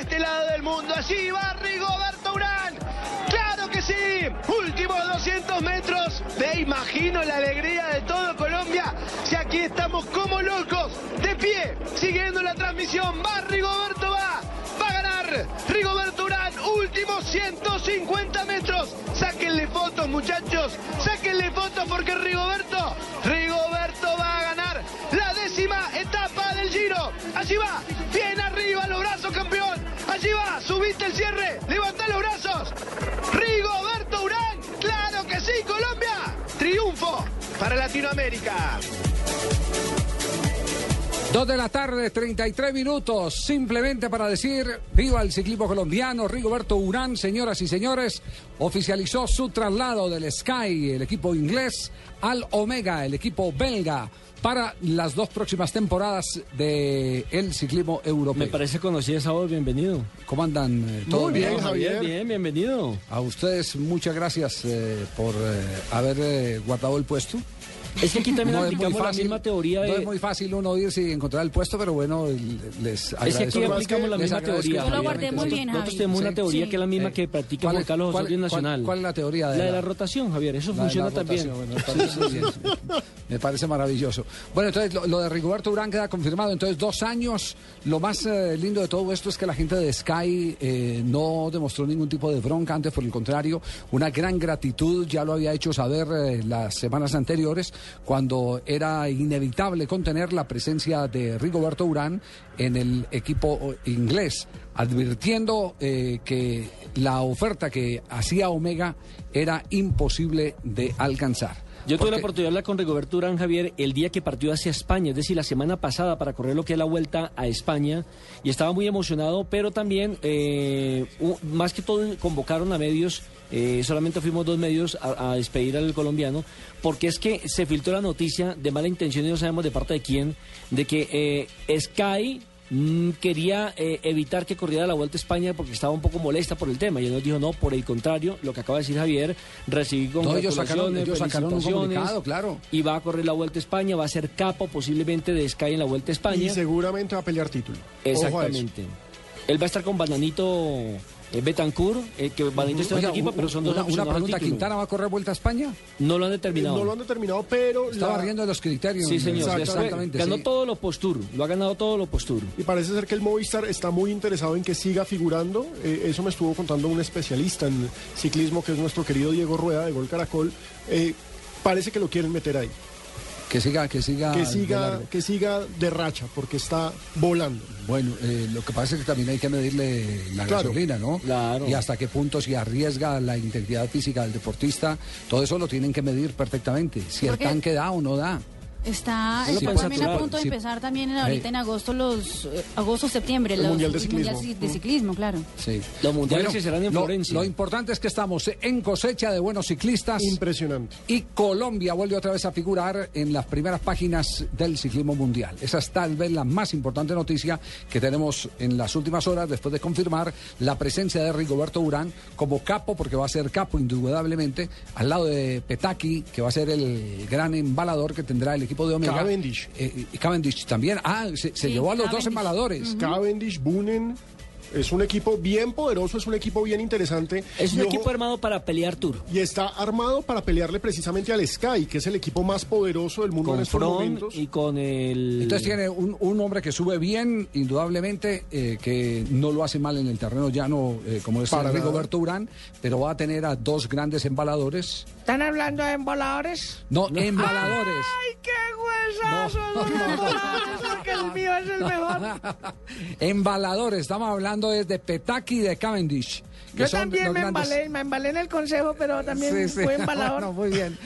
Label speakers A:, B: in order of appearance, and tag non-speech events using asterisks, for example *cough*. A: este allí va Rigoberto Urán. ¡Claro que sí! Últimos 200 metros. Te imagino la alegría de todo Colombia. Si aquí estamos como locos, de pie, siguiendo la transmisión. Va Rigoberto, va. Va a ganar Rigoberto Urán. Últimos 150 metros. Sáquenle fotos, muchachos. Sáquenle fotos porque Rigoberto, Rigoberto va a ganar la décima etapa del Giro. Allí va. Bien arriba los brazos, campeón. Allí va. Subiste el cierre. Levanta los brazos. Rigoberto Urán. Claro que sí, Colombia. Triunfo para Latinoamérica.
B: Dos de la tarde, 33 minutos, simplemente para decir, viva el ciclismo colombiano, Rigoberto Urán, señoras y señores, oficializó su traslado del Sky, el equipo inglés, al Omega, el equipo belga, para las dos próximas temporadas del el ciclismo
C: Me
B: europeo.
C: parece conocida esa voz, bienvenido.
B: ¿Cómo andan? eh, ¿Todo
D: Muy bien,
C: No,
D: Javier.
C: Bien, bienvenido.
B: A ustedes muchas gracias eh, por eh, haber eh, guardado el puesto.
C: Es que aquí también
B: No es muy
C: aplicamos la
B: fácil,
C: misma teoría
B: no
C: de...
B: es muy fácil uno irse y encontrar el puesto, pero bueno, les
C: Es que
B: agradezco.
C: aquí aplicamos la
B: Les
C: misma
B: agradezco
C: teoría.
E: Yo la
C: Javier.
E: guardé muy bien,
C: Nosotros
E: Javi.
C: tenemos una
E: Sí.
C: teoría
E: Sí.
C: que es la misma
B: Eh,
C: que practica
B: ¿Cuál
C: Juan
B: es-
C: Carlos
B: cuál-
C: Osorio en
B: cuál-
C: Nacional.
B: ¿Cuál es la teoría de
C: La de la rotación, Javier, eso
B: la de
C: funciona
B: la
C: también.
B: rotación? Bueno, me, parece, sí, me parece maravilloso. Bueno, entonces lo, lo de Rigoberto Urán queda confirmado. Entonces, dos años. Lo más eh, lindo de todo esto es que la gente de Sky eh, no demostró ningún tipo de bronca, antes por el contrario, una gran gratitud. Ya lo había hecho saber eh, las semanas anteriores, cuando era inevitable contener la presencia de Rigoberto Urán en el equipo inglés, advirtiendo eh, que la oferta que hacía Omega era imposible de alcanzar.
C: Yo tuve la
B: Porque-
C: oportunidad de hablar con Rigoberto Urán, Javier, el día que partió hacia España, es decir, la semana pasada, para correr lo que es la vuelta a España. Y estaba muy emocionado, pero también, eh, u- más que todo, convocaron a medios. eh, solamente fuimos dos medios a, a despedir al colombiano, porque es que se filtró la noticia de mala intención y no sabemos de parte de quién, de que eh, Sky mm, quería eh, evitar que corriera la Vuelta a España porque estaba un poco molesta por el tema. Y él nos dijo, no, por el contrario, lo que acaba de decir Javier, recibí con
B: No, ellos sacaron, ellos
C: Congratulaciones,
B: sacaron un
C: felicitaciones.
B: comunicado, claro.
C: Y va a correr la Vuelta a España, va a ser capo posiblemente de Sky en la Vuelta a
D: Y
C: España.
D: seguramente va a pelear título. Ojo a eso.
C: Exactamente. Él va a estar con Bananito eh, Betancourt, eh, que Bananito está en
B: Oiga,
C: el equipo,
B: un-
C: pero son dos
B: una, una
C: aficionados al
B: pregunta,
C: título.
B: ¿Quintana va a correr vuelta a España?
C: No lo han
D: Eh,
C: determinado.
D: No lo han determinado, pero...
B: Estaba
D: la-
B: riendo de los criterios.
C: Sí, señor.
B: Exactamente,
C: Ganó
B: sí.
C: todo lo postur, lo ha ganado todo lo postur.
D: Y parece ser que el Movistar está muy interesado en que siga figurando. Eh, eso me estuvo contando un especialista en ciclismo, que es nuestro querido Diego Rueda de Gol Caracol. Eh, parece que lo quieren meter ahí.
B: Que siga, que
C: Ah,
B: siga.
D: que,
B: de
D: siga,
B: largo.
D: que siga de racha, porque está volando.
B: Bueno, eh, lo que pasa es que también hay que medirle la
D: Claro.
B: gasolina, ¿no?
C: Claro.
B: Y hasta qué punto si arriesga la integridad física del deportista, todo eso lo tienen que medir perfectamente. Si el
E: Porque-
B: tanque da o no da.
E: Está,
B: Sí,
E: está
C: pues,
E: también
C: saturar,
E: a punto de
B: sí.
E: empezar también en-
B: Ahí.
E: ahorita en agosto, los eh, agosto, septiembre,
D: El
E: los,
D: Mundial de
E: mundial
D: Ciclismo.
E: de ciclismo, claro.
B: Sí.
C: Los mundiales
B: Bueno,
C: que serán en
B: lo-
C: Florencia.
B: Lo, importante es que estamos en cosecha de buenos ciclistas.
D: Impresionante.
B: Y Colombia vuelve otra vez a figurar en las primeras páginas del ciclismo mundial. Esa es tal vez la más importante noticia que tenemos en las últimas horas después de confirmar la presencia de Rigoberto Urán como capo, porque va a ser capo indudablemente, al lado de Petaki, que va a ser el gran embalador que tendrá el equipo de Omega.
D: Cavendish.
B: Eh, y Cavendish también. Ah, se, se
E: Sí,
B: llevó a los dos
E: Cavendish.
B: embaladores.
D: Cavendish, Bunen, es un equipo bien poderoso, es un equipo bien interesante.
C: Es un
D: Y ojo,
C: equipo armado para pelear Tour.
D: Y está armado para pelearle precisamente al Sky, que es el equipo más poderoso del mundo en
C: Con
D: estos
C: Fron
D: momentos.
C: y con el...
B: Entonces tiene un, un hombre que sube bien, indudablemente, eh, que no lo hace mal en el terreno llano, eh, como es
D: Para nada.
B: Rigoberto Urán, pero va a tener a dos grandes embaladores.
F: ¿Están hablando de emboladores?
B: No,
F: *laughs*
B: embaladores.
F: ¡Ay, qué huesazo! Los emboladores, porque el mío es *laughs* el mejor.
B: embaladores, estamos hablando desde Petaki y de Cavendish. que
F: Yo
B: son
F: también
B: los
F: me
B: grandes-
F: embalé, me embalé en el consejo, pero también
B: Sí, sí. *laughs*
F: fui embalador.
B: Bueno, muy bien.